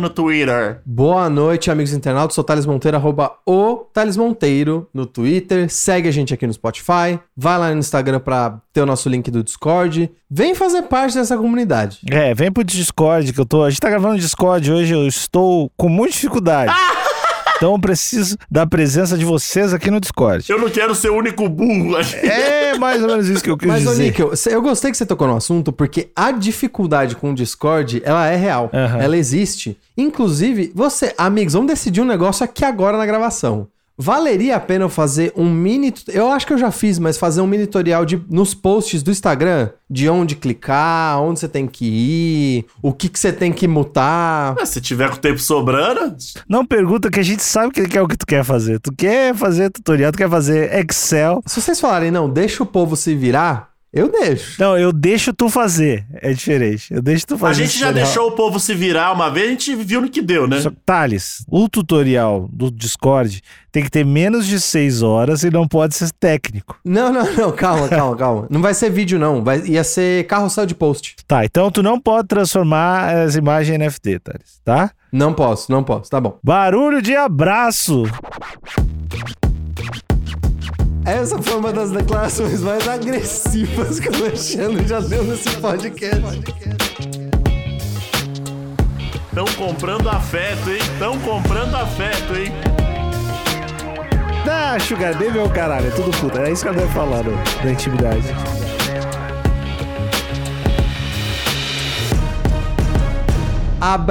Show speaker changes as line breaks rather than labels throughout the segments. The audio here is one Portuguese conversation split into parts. no Twitter.
Boa noite, amigos internautas. Sou Thales Monteiro, arroba o Thales Monteiro no Twitter. Segue a gente aqui no Spotify. Vai lá no Instagram pra ter o nosso link do Discord. Vem fazer parte dessa comunidade.
É, vem pro Discord que eu tô. A gente tá gravando no Discord hoje, eu estou com muita dificuldade. Então eu preciso da presença de vocês aqui no Discord.
Eu não quero ser o único burro.
É mais ou menos isso que eu quis
Mas, ô
dizer.
Níquel, cê- eu gostei que você tocou no assunto, porque a dificuldade com o Discord, ela é real.
Aham.
Ela existe. Inclusive, você, amigos, vamos decidir um negócio aqui agora na gravação. Valeria a pena eu fazer um mini. tut- Eu acho que eu já fiz, mas fazer um mini tutorial de, nos posts do Instagram de onde clicar, onde você tem que ir, o que, que você tem que mutar.
Mas se tiver com o tempo sobrando,
Não pergunta que a gente sabe que que é o que tu quer fazer. Tu quer fazer tutorial, tu quer fazer Excel.
Se vocês falarem, não, deixa o povo se virar, eu deixo.
Não, eu deixo tu fazer. É diferente. Eu deixo tu
a
fazer.
gente já
tutorial.
deixou o povo se virar uma vez, a gente viu no que deu, né?
Só que, Thales, o tutorial do Discord tem que ter menos de 6 horas e não pode ser técnico.
Não, não, não, calma, calma, calma. Não vai ser vídeo, não. Vai, ia ser carrossel de post.
Tá, então tu não pode transformar as imagens em NFT, Thales, tá?
Não posso, não posso, tá bom.
Barulho de abraço.
Essa foi uma das declarações mais agressivas que o Alexandre já deu nesse podcast.
Estão comprando afeto, hein? Estão comprando afeto, hein?
Ah, Sugar Baby é o caralho, é tudo puta. É isso que eu devo falar né, da intimidade.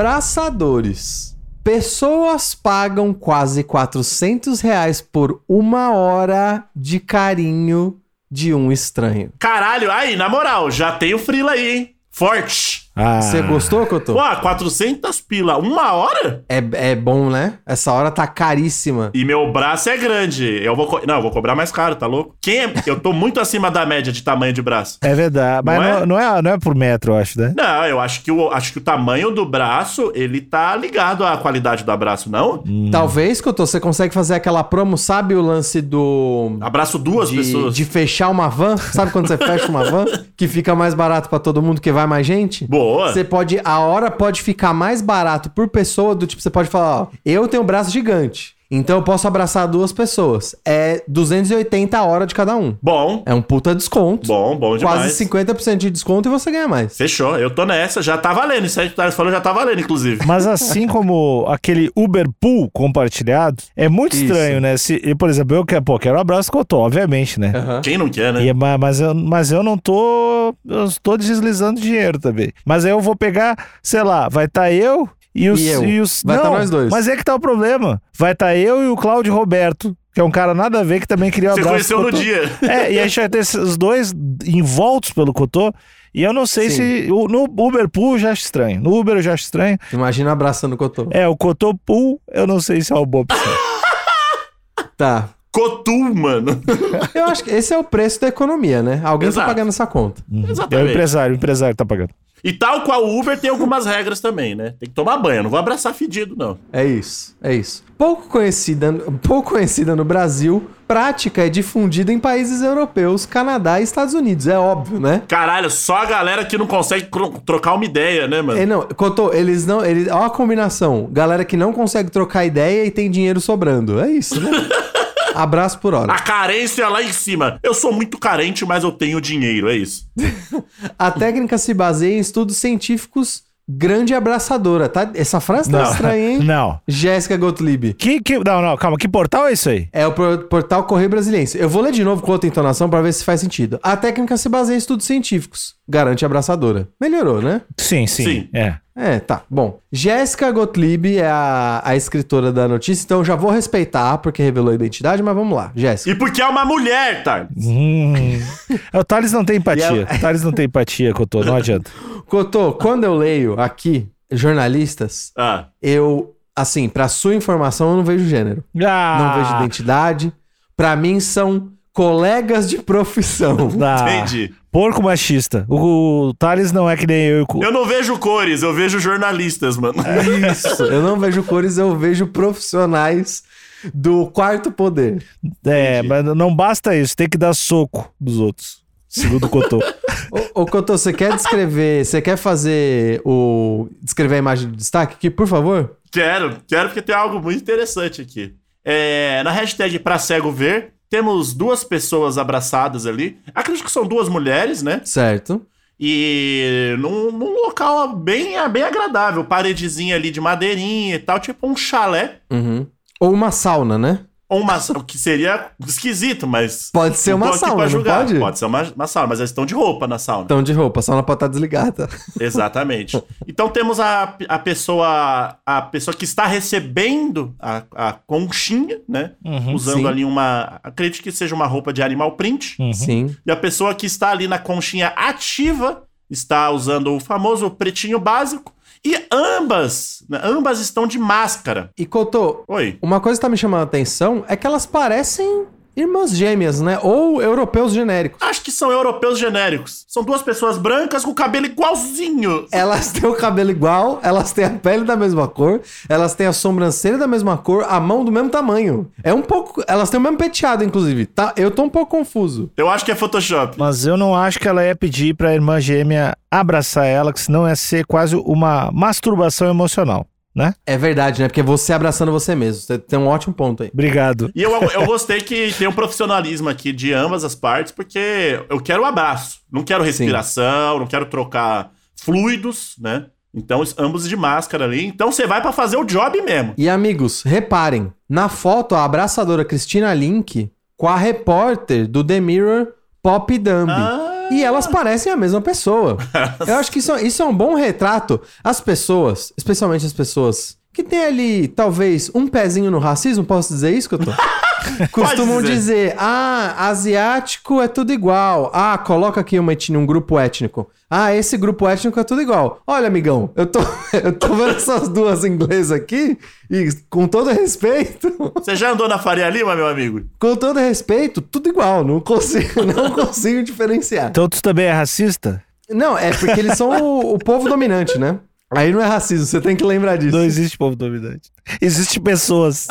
Abraçadores. Pessoas pagam quase 400 reais por uma hora de carinho de um estranho.
Caralho, aí, na moral, já tem o frila aí, hein? Forte.
Ah.
Você gostou, Cotô?
Ué, 400 pila, uma hora?
É, é bom, né? Essa hora tá caríssima.
E meu braço é grande. Eu vou. co- Não, eu vou cobrar mais caro, tá louco? Quem é... Eu tô muito acima da média de tamanho de braço.
É verdade. Mas não,
Não
é?
é?
Não, é, não é por metro, eu acho, né?
Não, eu acho que o, acho que o tamanho do braço, ele tá ligado à qualidade do abraço, não?
Hum.
Talvez, Cotô, você consegue fazer aquela promo, sabe o lance do...
Abraço duas
de,
pessoas.
de fechar uma van. Sabe quando você fecha uma van? Que fica mais barato pra todo mundo, que vai mais gente?
Boa.
Você pode, a hora pode ficar mais barato por pessoa, do tipo, você pode falar, ó, eu tenho um braço gigante, então eu posso abraçar duas pessoas. É 280 a hora de cada um.
Bom,
É um puta desconto.
bom, bom demais.
Quase 50% de desconto e você ganha mais.
Fechou, eu tô nessa, já tá valendo. Isso aí que o Thales falou já tá valendo, inclusive.
Mas assim como aquele Uber Pool compartilhado, é muito
Isso.
estranho, né? Se, eu, por exemplo, eu quero, pô, quero um abraço com o Tom, obviamente, né?
Aham.
Quem não quer, né?
E é- ma- mas, eu, mas eu não tô. Eu tô deslizando dinheiro também. Mas aí eu vou pegar, sei lá, vai estar eu e os.
E eu.
os
Vai
não,
tá nós dois.
Mas é que tá o problema. Vai estar eu e o Cláudio Roberto, que é um cara nada a ver, que também queria um
Você
abraço.
conheceu
com o
no
Tom.
dia.
É, e a gente vai ter esses dois envoltos pelo Cotô. E eu não sei
Sim.
se. o- No Uber Pool eu já acho estranho. No Uber eu já acho estranho.
Imagina abraçando o Cotô.
É, o Cotô Pool, eu não sei se é uma boa opção.
Tá.
Cotu, mano.
Eu acho que esse é o preço da economia, né? Alguém tá
Exato.
pagando essa conta.
É o
Exatamente.
empresário, o empresário tá pagando.
E tal qual o Uber tem algumas regras também, né? Tem que tomar banho, não vou abraçar fedido, não.
É isso, é isso. Pouco conhecida, pouco conhecida no Brasil, prática é difundida em países europeus, Canadá e Estados Unidos. É óbvio, né?
Caralho, só a galera que não consegue cro- trocar uma ideia, né, mano?
É, não, Cotô, eles não. Eles, ó a combinação. Galera que não consegue trocar ideia e tem dinheiro sobrando. É isso, né? Abraço por hora.
A carência é lá em cima. Eu sou muito carente, mas eu tenho dinheiro, é isso.
A técnica se baseia em estudos científicos grande abraçadora, tá? Essa frase tá estranha, hein?
Não.
Jéssica Gottlieb.
Que, que, não, não, calma, que portal é isso aí?
É o pro- portal Correio Brasiliense. Eu vou ler de novo com outra entonação pra ver se faz sentido. A técnica se baseia em estudos científicos. Garante abraçadora. Melhorou, né?
Sim, sim.
Sim.
É.
É, tá. Bom, Jéssica Gottlieb é a, a escritora da notícia, então eu já vou respeitar porque revelou a identidade, mas vamos lá. Jéssica.
E porque é uma mulher, tá?
Hum. É, O Thales não tem empatia.
E
O Thales não tem empatia, Cotô, não adianta.
Cotô, quando eu leio aqui jornalistas,
Ah,
eu, assim, pra sua informação, eu não vejo gênero.
Ah.
Não vejo identidade. Pra mim, são colegas de profissão.
Ah.
entendi.
tá. Porco machista. O, o Thales não é que nem eu. e o cu-
Eu não vejo cores, eu vejo jornalistas, mano.
Isso. Eu não vejo cores, eu vejo profissionais do quarto poder.
É, mas não basta isso. Tem que dar soco dos outros. Segundo o Cotô.
Ô, ô Cotô, você quer descrever, você quer fazer o. descrever a imagem de destaque aqui, por favor?
Quero, quero porque tem algo muito interessante aqui. É, na hashtag Pra Cego Ver, temos duas pessoas abraçadas ali. Acredito que são duas mulheres, né?
Certo.
E num, num local bem, bem agradável. Paredezinha ali de madeirinha e tal, tipo um chalé.
Uhum. Ou uma sauna, né?
Ou uma. o que seria esquisito, mas.
Pode ser
não tô
uma
aqui pra
sauna, não
julgar.
pode?
Pode ser uma, uma sauna, mas elas estão de roupa na sauna.
Então, de roupa, a sauna pode estar desligada.
Exatamente. Então temos a, a pessoa a pessoa que está recebendo a, a conchinha, né?
Uhum.
usando
Sim.
ali uma. Acredito que seja uma roupa de animal print.
Uhum.
Sim.
E a pessoa que está ali na conchinha ativa está usando o famoso pretinho básico. E ambas, né, ambas estão de máscara.
E Cotô,
Oi.
uma coisa que tá me chamando a atenção é que elas parecem irmãs gêmeas, né? Ou europeus genéricos.
Acho que são europeus genéricos. São duas pessoas brancas com cabelo igualzinho.
Elas têm o cabelo igual, elas têm a pele da mesma cor, elas têm a sobrancelha da mesma cor, a mão do mesmo tamanho. É um pouco. Elas têm o mesmo penteado, inclusive. Tá? Eu tô um pouco confuso.
Eu acho que é Photoshop.
Mas eu não acho que ela ia pedir pra irmã gêmea abraçar ela, que senão ia ser quase uma masturbação emocional, né?
É verdade, né? Porque você abraçando você mesmo. Você tem um ótimo ponto aí.
Obrigado.
E eu, eu gostei que tem um profissionalismo aqui de ambas as partes, porque eu quero o abraço. Não quero respiração, não quero trocar fluidos, né? Então, os- ambos de máscara ali. Então, você vai pra fazer o job mesmo.
E amigos, reparem, na foto a abraçadora Cristina Link com a repórter do The Mirror Pop Dumb.
Ah.
E elas parecem a mesma pessoa. Eu acho que isso, isso é um bom retrato. As pessoas, especialmente as pessoas que têm ali, talvez, um pezinho no racismo, posso dizer isso que eu tô? Costumam
Pode
dizer. ah, asiático é tudo igual. Ah, coloca aqui uma etnia, um grupo étnico. Ah, esse grupo étnico é tudo igual. Olha, amigão, eu tô, eu tô vendo essas duas inglesas aqui e com todo respeito,
Você já andou na Faria Lima, meu amigo?
com todo respeito, tudo igual. Não consigo, não consigo diferenciar.
Então tu também é racista?
Não, é porque eles são o, o povo dominante, né? Aí não é racismo, você tem que lembrar disso.
Não existe povo dominante. Existem pessoas.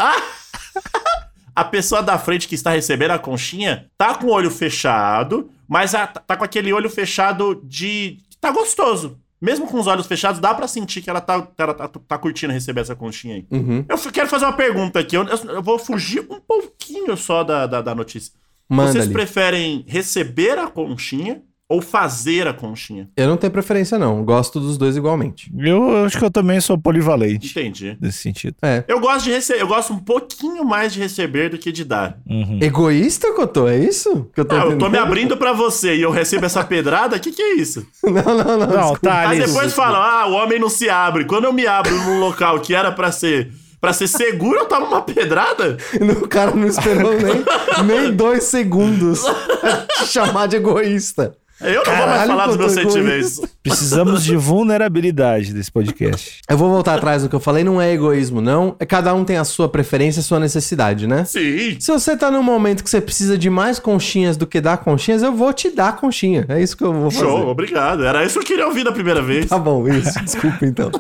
A pessoa da frente que está recebendo a conchinha tá com o olho fechado, mas a- tá com aquele olho fechado de. tá gostoso. Mesmo com os olhos fechados, dá pra sentir que ela tá, ela tá, tá curtindo receber essa conchinha aí.
Uhum.
Eu f- quero fazer uma pergunta aqui. Eu, eu- eu vou fugir um pouquinho só da, da, da notícia.
Manda
Vocês
ali.
preferem receber a conchinha ou fazer a conchinha?
Eu não tenho preferência, não. Gosto dos dois igualmente.
Eu, eu acho que eu também sou polivalente
Entendi.
nesse sentido.
É.
Eu gosto de receber, eu gosto um pouquinho mais de receber do que de dar.
Uhum.
Egoísta, Cotô? É isso? Que eu
Ah, eu tô
entendendo?
me abrindo pra você e eu recebo essa pedrada, o que, que é isso?
Não, não, não.
Não,
desculpa.
tá,
Aí
Alice.
depois falam, ah, o homem não se abre. Quando eu me abro num local que era pra ser para ser seguro, eu tomo uma pedrada?
O cara não esperou nem, nem dois segundos te chamar de egoísta.
Eu não vou mais
Caralho,
falar dos meus
Cotô,
sentimentos.
Precisamos de vulnerabilidade desse podcast.
Eu vou voltar atrás do que eu falei, não é egoísmo, não. É cada um tem a sua preferência, a sua necessidade, né?
Sim.
Se você tá num momento que você precisa de mais conchinhas do que dar conchinhas, eu vou te dar conchinha. É isso que eu vou fazer.
Show, obrigado. Era isso que eu queria ouvir da primeira vez.
Tá bom, isso. Desculpa, então.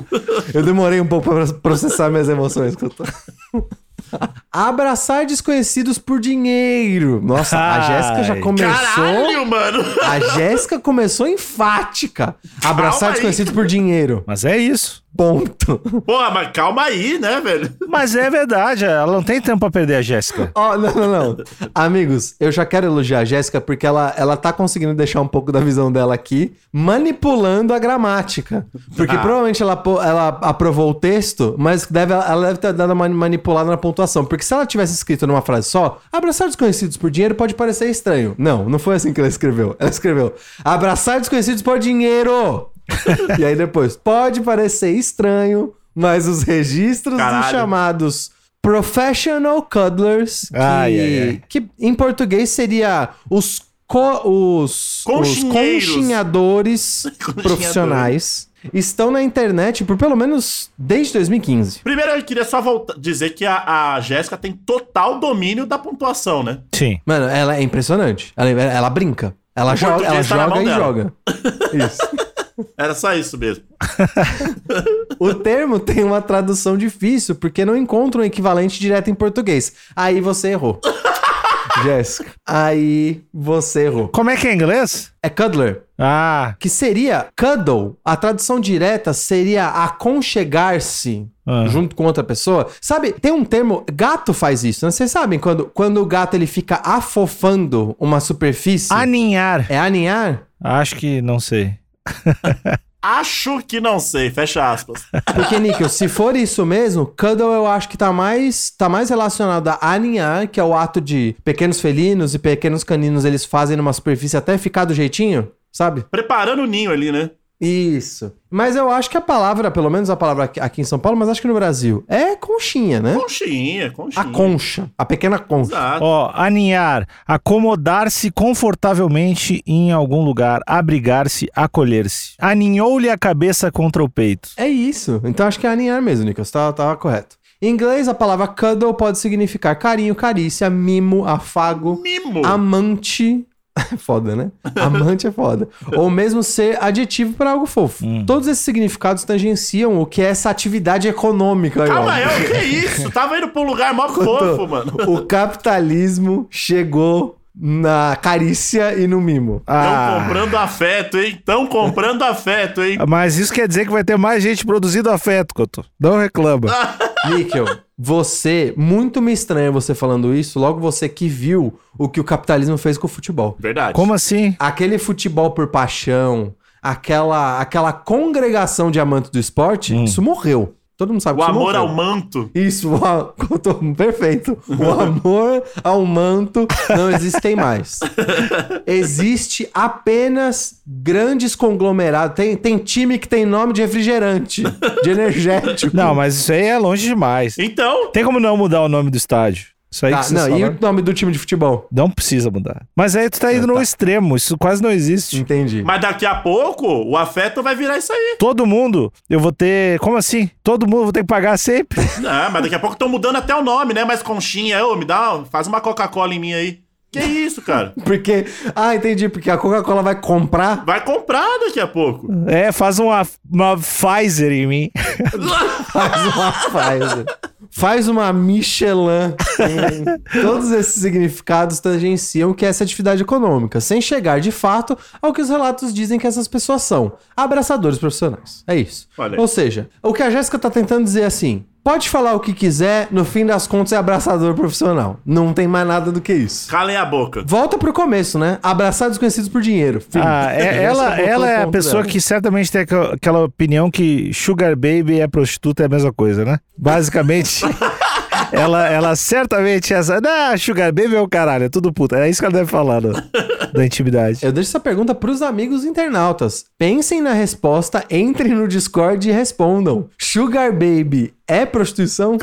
Eu demorei um pouco pra processar minhas emoções. que eu tô- Abraçar desconhecidos por dinheiro. Nossa, a
Ai.
Jéssica já começou.
Caralho, mano!
A Jéssica começou enfática. Abraçar
aí.
desconhecido por dinheiro.
Mas é isso.
Ponto.
Porra, mas calma aí, né, velho?
Mas é verdade, ela não tem tempo pra perder a Jéssica.
Ó, não, não, não. Amigos, eu já quero elogiar a Jéssica porque ela, ela tá conseguindo deixar um pouco da visão dela aqui, manipulando a gramática. Porque
Ah.
provavelmente ela, po- ela aprovou o texto, mas deve, ela deve ter dado uma manipulada na pontuação. Porque se ela tivesse escrito numa frase só, abraçar desconhecidos por dinheiro pode parecer estranho. Não, não foi assim que ela escreveu. Ela escreveu abraçar desconhecidos por dinheiro. e aí depois, pode parecer estranho, mas os registros e
Caralho.
chamados Professional Cuddlers, que,
Ai, ai, ai.
que em português seria os, co, os, os
Conchinheiros.
conchinhadores
Conchinhadores.
profissionais. estão na internet por pelo menos desde 2015.
Primeiro, eu queria só voltar, dizer que a, a Jéssica tem total domínio da pontuação, né?
Sim.
Mano, ela é impressionante. Ela, ela brinca. Ela
O
joga, ela
português tá na
joga
mão
e
dela.
joga. Isso.
Era só isso mesmo.
O termo tem uma tradução difícil porque não encontra um equivalente direto em português. Aí você errou. Jéssica. Aí você errou.
Como é que é em inglês?
É cuddler,
Ah,
que seria cuddle. A tradução direta seria aconchegar-se
Ah.
junto com outra pessoa. Sabe, tem um termo, gato faz isso, né? Vocês sabem quando, quando o gato ele fica afofando uma superfície?
aninhar.
É aninhar?
Acho que não sei.
Acho que não sei, fecha aspas.
Porque, Níquel, se for isso mesmo, cuddle eu acho que tá mais, tá mais relacionado a aninhar, que é o ato de pequenos felinos e pequenos caninos eles fazem numa superfície até ficar do jeitinho, sabe?
Preparando o ninho ali, né?
Isso. Mas eu acho que a palavra, pelo menos a palavra aqui- aqui em São Paulo, mas acho que no Brasil, é conchinha, né?
Conchinha,
A
conchinha.
concha, a pequena concha.
Exato.
Ó, aninhar, acomodar-se confortavelmente em algum lugar, abrigar-se, acolher-se. Aninhou-lhe a cabeça contra o peito.
É isso. Então acho que é aninhar mesmo, Nicolas. Tava, tava correto. Em inglês, a palavra cuddle pode significar carinho, carícia, mimo, afago.
Mimo.
Amante. é Foda, né? Amante é foda. Ou mesmo ser adjetivo para algo fofo.
Hum.
Todos esses significados tangenciam o que é essa atividade econômica. aí, ó.
Calma aí, o que é isso? Tava indo pra um lugar mó fofo, mano.
O capitalismo chegou na carícia e no mimo.
Tão
Ah,
comprando afeto, hein? Tão comprando afeto, hein?
mas isso quer dizer que vai ter mais gente produzindo afeto, Couto. Não reclama.
Níquel, você, muito me estranha você falando isso, logo você que viu o que o capitalismo fez com o futebol.
Verdade.
Como assim?
Aquele futebol por paixão, aquela, aquela congregação de amantes do esporte, isso morreu. Todo mundo
Hum.
sabe
O
que isso
amor
morreu.
ao manto.
Isso, o a- contou- perfeito. O amor ao manto não existem mais. Existe apenas grandes conglomerados. Tem, tem time que tem nome de refrigerante, de energético.
Não, mas isso aí é longe demais.
Então,
Tem como não mudar o nome do estádio? é Isso aí
Tá,
que vocês
não, e
falaram.
o nome do time de futebol?
Não precisa mudar. Mas aí tu tá indo
É,
no
tá.
extremo, isso quase não existe.
Entendi.
mas daqui a pouco o afeto vai virar isso
Hum.
aí.
Todo mundo, eu vou ter. Como assim? Todo mundo eu vou ter que pagar sempre?
Não, mas daqui a pouco estão mudando até o nome, né? Mas conchinha, ô, me dá, um- faz uma Coca-Cola em mim aí. Que isso, cara?
Porque. Ah, entendi. Porque a Coca-Cola vai comprar.
Vai comprar daqui a pouco.
É, faz uma, uma Pfizer em mim.
Faz uma Pfizer. Faz uma Michelin. Tem- Todos esses significados tangenciam o que é essa atividade econômica, sem chegar de fato ao que os relatos dizem que essas pessoas são: abraçadores profissionais. É isso.
Olha aí.
Ou seja, o que a Jéssica tá tentando dizer é assim. Pode falar o que quiser, no fim das contas é abraçador profissional. Não tem mais nada do que isso.
Calem a boca.
Volta pro começo, né? Abraçar desconhecidos por dinheiro. Fim.
Ah, é-
Essa
ela,
botou
ela
o
é a
ponto
pessoa
dela.
que certamente tem aquela, aquela opinião que Sugar Baby é prostituta é a mesma coisa, né? Basicamente. Ela, ela certamente é essa. Ah, Sugar Baby é o caralho, é tudo puta. É isso que ela deve falar no- da intimidade.
Eu deixo essa pergunta pros amigos internautas. Pensem na resposta, entrem no Discord e respondam. Sugar Baby é prostituição?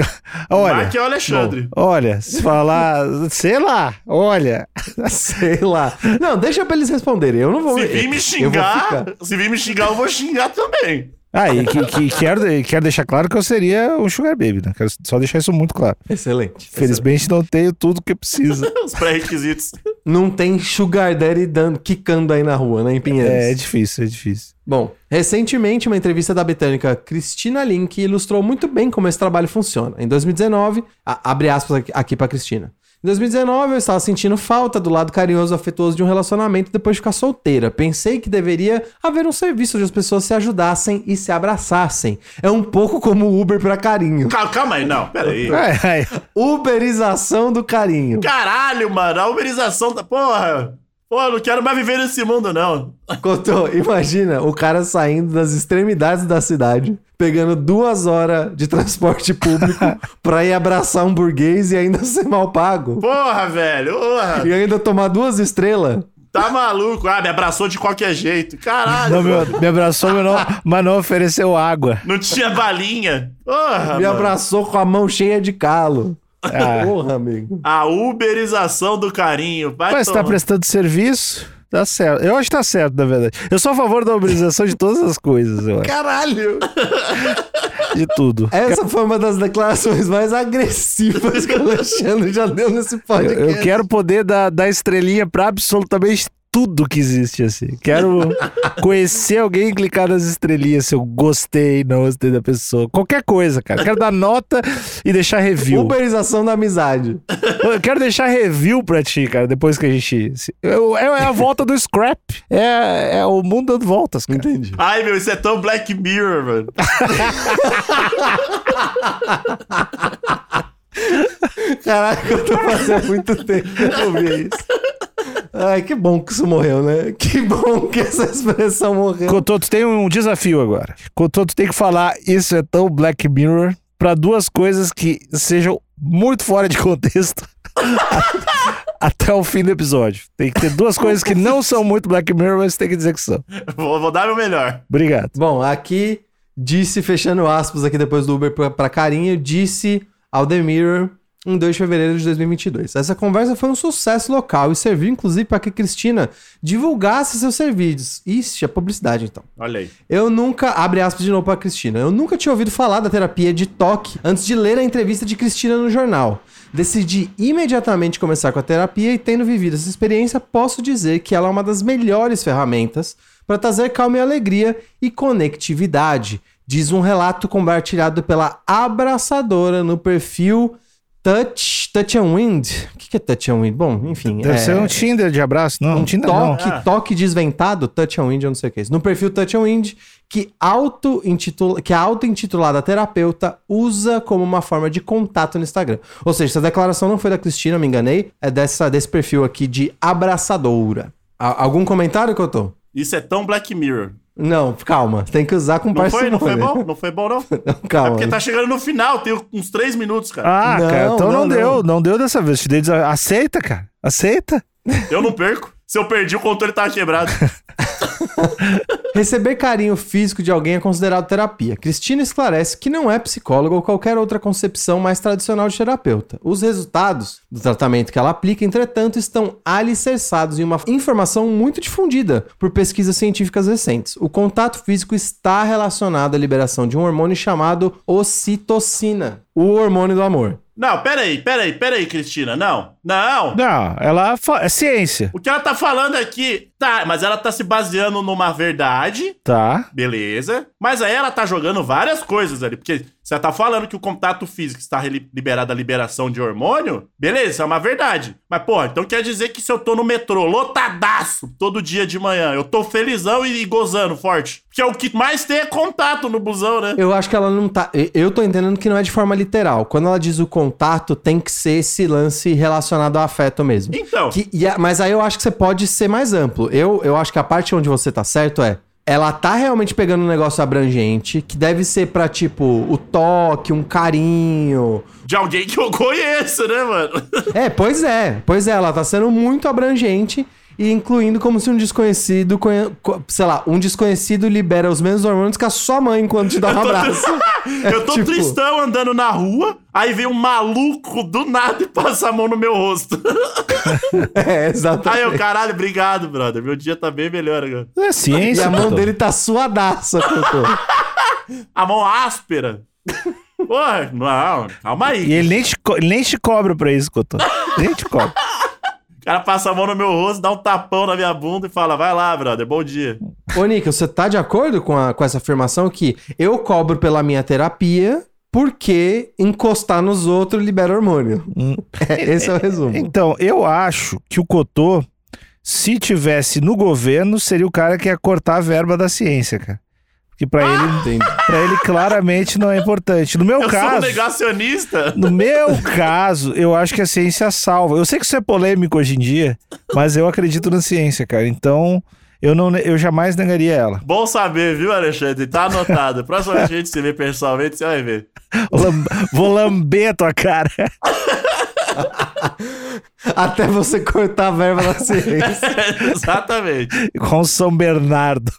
Olha,
Marque é o Alexandre.
olha, se falar, sei lá, olha.
Sei lá. Não, deixa pra eles responderem. Eu não vou.
Se vir
eu
me
vou
xingar,
ficar.
se vir me xingar, eu vou xingar também.
Ah, e que, que- quero, quero deixar claro que eu seria o Sugar Baby, né? Quero só deixar isso muito claro.
Excelente. Excelente.
Felizmente não tenho tudo que precisa.
Os pré-requisitos.
Não tem Sugar Daddy dando, quicando aí na rua, né, em Pinheiros?
É, é difícil, é difícil.
Bom, recentemente uma entrevista da britânica Christina Link ilustrou muito bem como esse trabalho funciona. Em 2019, a- abre aspas aqui- aqui pra Cristina. Em 2019, eu estava sentindo falta do lado carinhoso e afetuoso de um relacionamento depois de ficar solteira. Pensei que deveria haver um serviço onde as pessoas se ajudassem e se abraçassem. É um pouco como o Uber pra carinho.
Calma, calma aí, não, pera aí.
É, é.
Uberização do carinho.
Caralho, mano, a uberização da. Porra! Pô, eu não quero mais viver nesse mundo, não.
Cotô, imagina o cara saindo das extremidades da cidade, pegando duas horas de transporte público pra ir abraçar um burguês e ainda ser mal pago.
Porra, velho. Porra.
E ainda tomar duas estrelas.
Tá maluco? Ah, me abraçou de qualquer jeito. Caralho.
Não,
mano.
meu, me abraçou, mas não, mas não ofereceu água.
Não tinha balinha. Porra,
me
Ah, mano.
abraçou com a mão cheia de calo.
Ah.
Porra, amigo.
A uberização do carinho. Vai
Mas você tá
tomar-
prestando serviço? Tá certo. Eu acho que tá certo, na verdade. Eu sou a favor da mobilização de todas as coisas, eu acho.
Caralho!
De tudo.
Essa foi uma das declarações mais agressivas que o Alexandre já deu nesse
Eu,
podcast.
eu quero poder dar, dar estrelinha pra absolutamente tudo que existe, assim. Quero conhecer alguém e clicar nas estrelinhas se eu gostei, não gostei da pessoa. Qualquer coisa, cara. Quero dar nota e deixar review.
Uberização da amizade.
Eu quero deixar review pra ti, cara, depois que a gente. se- eu- É, é a volta do scrap. É, é o mundo dando voltas, cara.
Entendi.
Ai, meu, isso é tão Black Mirror, mano.
Caraca, eu tô fazendo muito tempo que eu não ouvia isso. Ai, que bom que isso morreu, né? Que bom que essa expressão morreu.
Cototo tem um desafio agora. Cototo tem que falar isso é tão Black Mirror pra duas coisas que sejam muito fora de contexto até o fim do episódio. Tem que ter duas coisas que não são muito Black Mirror, mas tem que dizer que são.
Vou, vou dar meu melhor.
Obrigado.
Bom, aqui disse, fechando aspas aqui depois do Uber pra, pra Carinha, disse ao The Mirror em 2 de fevereiro de 2022. Essa conversa foi um sucesso local e serviu inclusive para que Cristina divulgasse seus serviços. Ixi, é publicidade então.
Olha aí.
Eu nunca, abre aspas de novo pra Cristina, eu nunca tinha ouvido falar da terapia de toque antes de ler a entrevista de Cristina no jornal. Decidi imediatamente começar com a terapia e, tendo vivido essa experiência, posso dizer que ela é uma das melhores ferramentas para trazer calma e alegria e conectividade, diz um relato compartilhado pela abraçadora no perfil Touch, Touch and Wind. O que que é Touch and Wind? Bom, enfim.
Deve
é-
ser um Tinder de abraço, não? Um Tinder não.
toque,
Ah.
toque desventado, touch and wind, eu não sei o que é isso. No perfil touch and wind, que, auto -intitula, que a auto-intitulada terapeuta usa como uma forma de contato no Instagram. Ou seja, essa declaração não foi da Cristina, me enganei, é dessa, desse perfil aqui de abraçadora. A- algum comentário que eu tô?
Isso é tão Black Mirror.
Não, calma, tem que usar com
Não foi?
parcimônia.
Não foi bom? Não foi bom, não? É
Calma.
porque tá chegando no final, tem uns três minutos, cara.
Ah,
Não,
cara, então não,
não,
deu,
não.
não. deu dessa vez. Te dei desa- Aceita, cara. Aceita.
Eu não perco. Se eu perdi, o controle tava quebrado.
Receber carinho físico de alguém é considerado terapia. Cristina esclarece que não é psicóloga ou qualquer outra concepção mais tradicional de terapeuta. Os resultados do tratamento que ela aplica, entretanto, estão alicerçados em uma informação muito difundida por pesquisas científicas recentes. O contato físico está relacionado à liberação de um hormônio chamado ocitocina, o hormônio do amor.
Não, peraí, peraí, peraí, Cristina. Não, não.
Não, ela fa- é ciência.
O que ela tá falando aqui, tá, mas ela tá se baseando numa verdade,
Tá.
beleza. Mas aí ela tá jogando várias coisas ali. Porque se ela tá falando que o contato físico está reli- liberado a liberação de hormônio, beleza, isso é uma verdade. Mas, porra, então quer dizer que se eu tô no metrô lotadaço todo dia de manhã, eu tô felizão e, e gozando forte. Porque é o que mais tem é contato no busão, né?
Eu acho que ela não tá. e- Eu tô entendendo que não é de forma literal. Quando ela diz o contato, tem que ser esse lance relacionado ao afeto mesmo.
Então,
Que- e a- mas aí eu acho que você pode ser mais amplo. Eu, eu acho que a parte onde você tá certo é. Ela tá realmente pegando um negócio abrangente, que deve ser pra, tipo, o toque, um carinho.
de alguém que eu conheço, né, mano?
É, pois é. Pois é, ela tá sendo muito abrangente e incluindo como se um desconhecido, conhe- co- sei lá, um desconhecido libera os mesmos hormônios que a sua mãe quando te dá um abraço.
Eu tô
Tipo-
tristão andando na rua, aí vem um maluco do nada e passa a mão no meu rosto.
É,
Aí
exatamente.
eu, caralho, obrigado, brother. Meu dia tá bem melhor agora.
É
E
ciência.
a mão
Totó.
dele tá suadaça, Cotô.
A mão áspera. Porra, não, calma
E
aí.
ele nem te, co- ele nem te cobra pra isso, Cotô. Nem te cobra.
O cara passa a mão no meu rosto, dá um tapão na minha bunda e fala: vai lá, brother, bom dia.
Ô, Nico, você tá de acordo com, a- com essa afirmação que eu cobro pela minha terapia porque encostar nos outros libera hormônio?
Hum.
É, esse é o resumo.
Então, eu acho que o Cotô, se tivesse no governo, seria o cara que ia cortar a verba da ciência, cara. Porque pra ele,
Entendi.
pra ele claramente não é importante. No meu
Eu sou um
caso,
negacionista.
no meu caso, eu acho que a ciência salva. Eu sei que isso é polêmico hoje em dia, mas eu acredito na ciência, cara. Então, eu não, eu jamais negaria ela.
Bom saber, viu, Alexandre? Tá anotado. Próxima vez que a gente se vê pessoalmente, você vai ver.
Lam- Vou lamber a tua cara.
Até você cortar a verba da ciência.
Exatamente.
Com São Bernardo.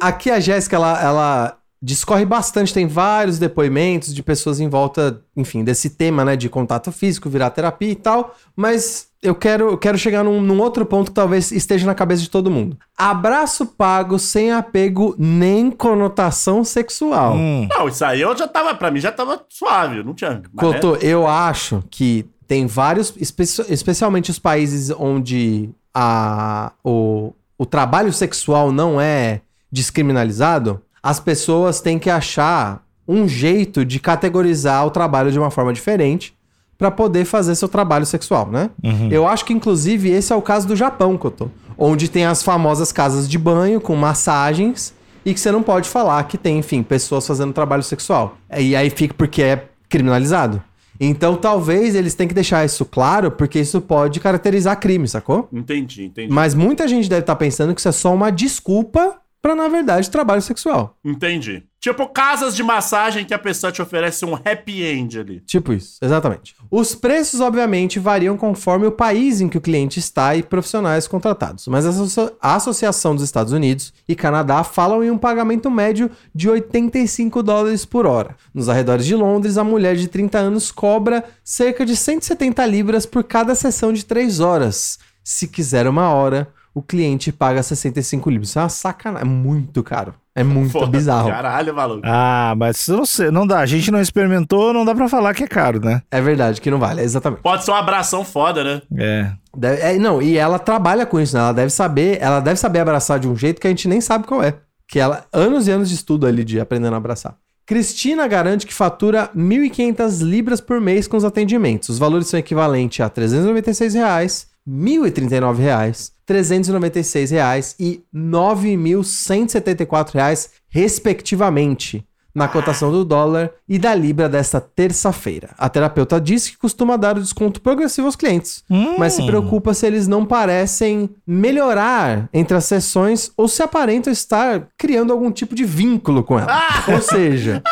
Aqui a Jéssica, ela, ela discorre bastante, tem vários depoimentos de pessoas em volta, enfim, desse tema, né, de contato físico, virar terapia e tal, mas eu quero, eu quero chegar num, num outro ponto que talvez esteja na cabeça de todo mundo. Abraço pago sem apego nem conotação sexual.
Hum.
Não, isso aí eu já tava, pra mim já tava suave, eu não tinha. mas, né?
Cotô, eu acho que tem vários, espe- especialmente os países onde a, o, o trabalho sexual não é descriminalizado, as pessoas têm que achar um jeito de categorizar o trabalho de uma forma diferente para poder fazer seu trabalho sexual, né?
Uhum.
Eu acho que, inclusive, esse é o caso do Japão, Cotô. Onde tem as famosas casas de banho com massagens e que você não pode falar que tem, enfim, pessoas fazendo trabalho sexual. E aí fica porque é criminalizado. Então, talvez eles tenham que deixar isso claro, porque isso pode caracterizar crime, sacou?
Entendi, entendi.
Mas muita gente deve estar pensando que isso é só uma desculpa pra, na verdade, trabalho sexual.
Entendi. Tipo, casas de massagem que a pessoa te oferece um happy end ali.
Tipo isso, exatamente. Os preços, obviamente, variam conforme o país em que o cliente está e profissionais contratados, mas a asso- a Associação dos Estados Unidos e Canadá falam em um pagamento médio de 85 dólares por hora. Nos arredores de Londres, a mulher de 30 anos cobra cerca de 170 libras por cada sessão de 3 horas. Se quiser uma hora, o cliente paga 65 libras. Isso é uma sacanagem. É muito caro. É muito
Foda,
bizarro.
Caralho, maluco.
Ah, mas eu não sei, não dá. A gente não experimentou, não dá pra falar que é caro, né?
É verdade que não vale, exatamente.
Pode ser um abração foda, né?
É.
Deve- é, não, e ela trabalha com isso, né? Ela deve saber, ela deve saber abraçar de um jeito que a gente nem sabe qual é. Que ela, anos e anos de estudo ali de aprendendo a abraçar. Cristina garante que fatura 1.500 libras por mês com os atendimentos. Os valores são equivalentes a R$ 396 reais, R$ 1.039 reais, R$ 396 reais e R$ 9.174 reais, respectivamente na cotação do dólar e da libra desta terça-feira. A terapeuta disse que costuma dar o desconto progressivo aos clientes, mas se preocupa se eles não parecem melhorar entre as sessões ou se aparentam estar criando algum tipo de vínculo com ela. Ou seja,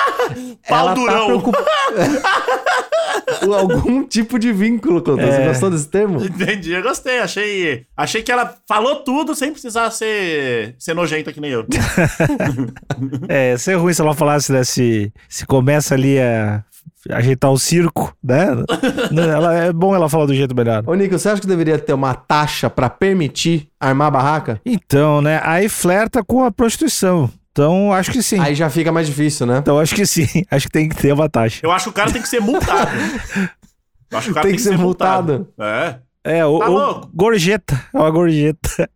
Pau
ela tá
durão.
preocupada algum tipo de vínculo com ela. Você
É.
gostou desse termo?
Entendi, eu gostei, achei. Achei que ela falou tudo sem precisar ser, ser nojenta que nem eu.
É, ia ser ruim se ela falasse, né? Se, se começa ali a ajeitar o circo, né? Não, ela, é bom ela falar do jeito melhor.
Ô, Nico, você acha que deveria ter uma taxa pra permitir armar a barraca?
Então, né? Aí flerta com a prostituição. Então, acho que sim.
Aí já fica mais difícil, né?
Então, acho que sim. Acho que tem que ter uma taxa.
Eu acho que o cara tem que ser multado. Eu acho que o cara
Tem que ser multado.
É.
É, ou,
Tá
ou
louco?
gorjeta. É uma gorjeta.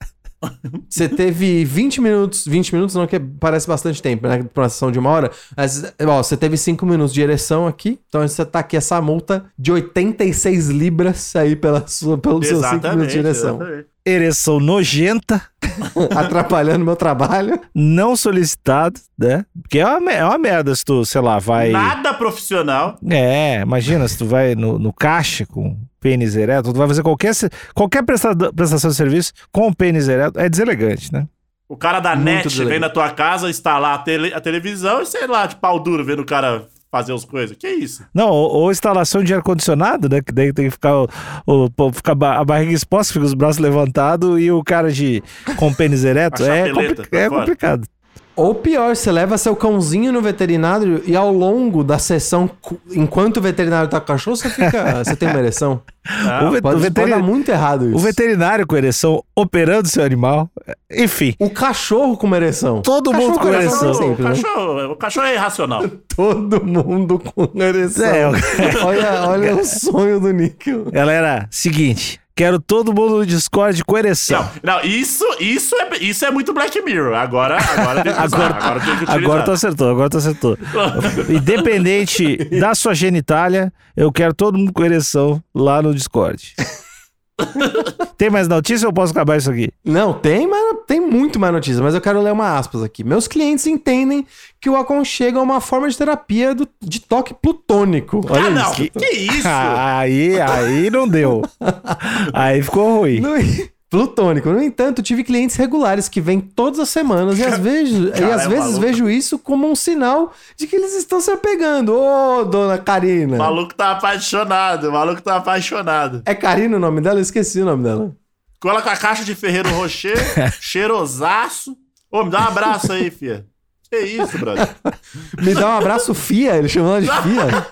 Você teve 20 minutos, 20 minutos não, que parece bastante tempo, né? Pra uma sessão de uma hora. Mas, ó, você teve 5 minutos de ereção aqui, então você tá aqui essa multa de 86 libras aí pela sua, pelos seus 5 minutos
Exatamente.
de ereção.
exatamente.
Ereção nojenta,
Atrapalhando meu trabalho.
não solicitado, né? Porque é uma, me- é uma merda se tu, sei lá, vai.
Nada profissional.
É, imagina se tu vai no, no caixa com pênis ereto, tu vai fazer qualquer, se- qualquer prestado- prestação de serviço com pênis ereto, é deselegante, né?
O cara da
Muito
net
deselegante.
vem na tua casa instalar a, tele- a televisão e sei lá, de pau duro vendo o cara fazer as coisas. Que isso?
Não, ou, ou instalação de ar-condicionado, né? Que daí tem que ficar, o, o- pô, fica a ba- a barriga exposta, fica os braços levantados e o cara de com pênis ereto
A
é,
chapeleta,
compli-
tá
é
fora.
complicado.
Ou pior, você leva seu cãozinho no veterinário e ao longo da sessão, cu- enquanto o veterinário tá com o cachorro, você fica. você tem uma ereção.
Ah,
o, ve-
Ah, Pode,
o
pode
veterin-
dar muito errado isso.
o veterinário com ereção operando seu animal, enfim,
O cachorro com uma ereção.
todo
Cachorro
mundo com
com
O
ereção.
ereção.
cachorro-
sempre,
o,
né?
cachorro, o cachorro é irracional.
Todo mundo com ereção.
É, eu-
olha, olha o sonho do Níquel.
Galera, seguinte, quero todo mundo no Discord com ereção.
Não, não, isso, isso, é, isso é muito Black Mirror. Agora, agora tem que usar,
Agora,
agora tem que utilizar.
agora
tá-
tu acertou, agora tu acertou. Independente da sua genitália, eu quero todo mundo com ereção lá no Discord. Tem mais notícia ou eu posso acabar isso aqui?
Não, tem, mas tem muito mais notícia, mas eu quero ler uma aspas aqui. Meus clientes entendem que o aconchego é uma forma de terapia do- de toque plutônico.
ah,
Olha isso. Ah,
não, que, que isso?
Aí, aí não deu. Aí ficou ruim.
No- Plutônico. No entanto, tive clientes regulares que vêm todas as semanas e às vezes, e
Cara,
às
é
vezes
maluco.
vejo isso como um sinal de que eles estão se apegando. Ô, dona Karina.
O maluco tá apaixonado, o maluco tá apaixonado.
É Karina o nome dela? Eu esqueci o nome dela.
Cola com a caixa de Ferreiro Rocher, cheirosaço. Ô, me dá um abraço aí, fia. Que isso, brother?
Me dá um abraço, Fia. Ele chamou ela de Fia.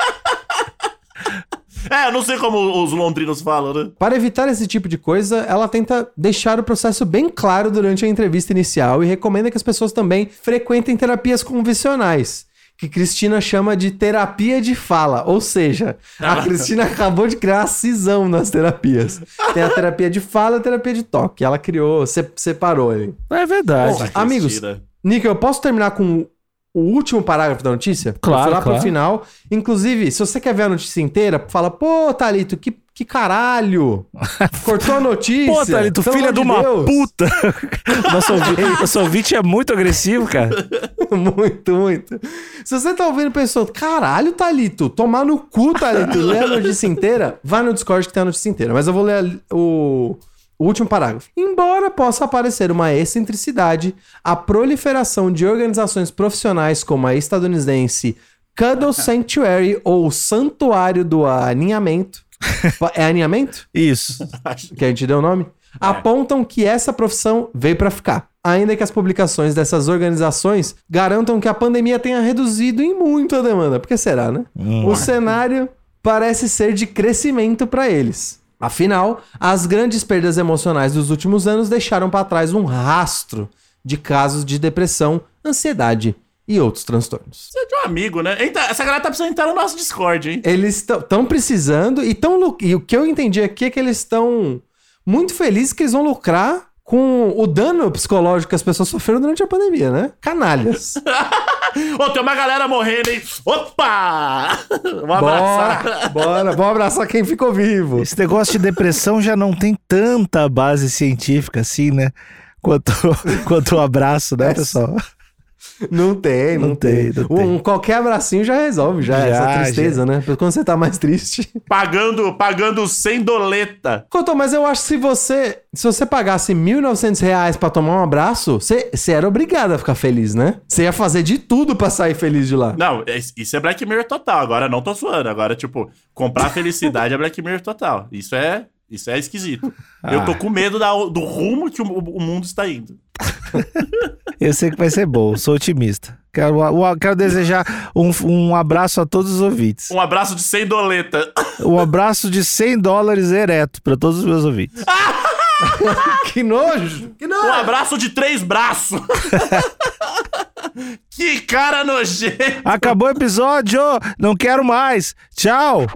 É, eu não sei como os londrinos falam, né?
Para evitar esse tipo de coisa, ela tenta deixar o processo bem claro durante a entrevista inicial e recomenda que as pessoas também frequentem terapias convencionais. Que Cristina chama de terapia de fala, ou seja, a Cristina acabou de criar a cisão nas terapias. Tem a terapia de fala e a terapia de toque. Ela criou, se- separou ali.
É verdade.
Bom, amigos, Nico, eu posso terminar com o último parágrafo da notícia?
Claro,
Foi lá
claro.
pro final. Inclusive, se você quer ver a notícia inteira, fala, pô, Thalito, que, que caralho! Cortou a notícia!
Pô, Thalito,
pelo
filha
amor
de uma
Deus."
puta. Nosso ouvinte, nosso ouvinte é muito agressivo, cara.
muito, muito. Se você tá ouvindo pensando, caralho, Thalito, tomar no cu, Thalito, lê a notícia inteira, vai no Discord que tem a notícia inteira. Mas eu vou ler ali- o, o último parágrafo. Embora possa aparecer uma excentricidade, a proliferação de organizações profissionais como a estadunidense Cuddle Sanctuary ou Santuário do Aninhamento. Pa- É aninhamento?
Isso.
que a gente deu o nome, apontam que essa profissão veio pra ficar. Ainda que as publicações dessas organizações garantam que a pandemia tenha reduzido em muito a demanda. Porque será, né? O cenário parece ser de crescimento pra eles. Afinal, as grandes perdas emocionais dos últimos anos deixaram pra trás um rastro de casos de depressão, ansiedade e outros transtornos.
Você é de um amigo, né? Entra- essa galera tá precisando entrar no nosso Discord, hein?
Eles estão precisando e tão, lu- e o que eu entendi aqui é que eles estão muito felizes que eles vão lucrar com o dano psicológico que as pessoas sofreram durante a pandemia, né? Canalhas.
Ô, tem uma galera morrendo, hein? Opa! Um Vamos abraçar.
bora, bora, vamos abraçar quem ficou vivo.
Esse negócio de depressão já não tem tanta base científica assim, né? Quanto, quanto o abraço, né, pessoal?
Não tem, não,
Não
tem.
tem, não
Um, qualquer abracinho já resolve, já,
Já,
essa tristeza, né? Quando você tá mais triste.
Pagando, pagando sem doleta.
Couto, mas eu acho que se você, se você pagasse 1.900 reais pra tomar um abraço, você você era obrigado a ficar feliz, né? Você ia fazer de tudo pra sair feliz de lá.
Não, es- isso é Black Mirror total. Agora não tô zoando. Agora, tipo, comprar felicidade é Black Mirror total. Isso é. Isso é esquisito. Eu tô com medo da- do rumo que o, o mundo está indo.
Eu sei que vai ser bom, sou otimista. Quero, o- quero desejar um, um abraço a todos os ouvintes.
Um abraço de sem doleta.
Um abraço de 100 dólares ereto para todos os meus ouvintes.
Que nojo! Que nojo!
Um abraço de três braços. que cara nojento.
Acabou o episódio, não quero mais. Tchau.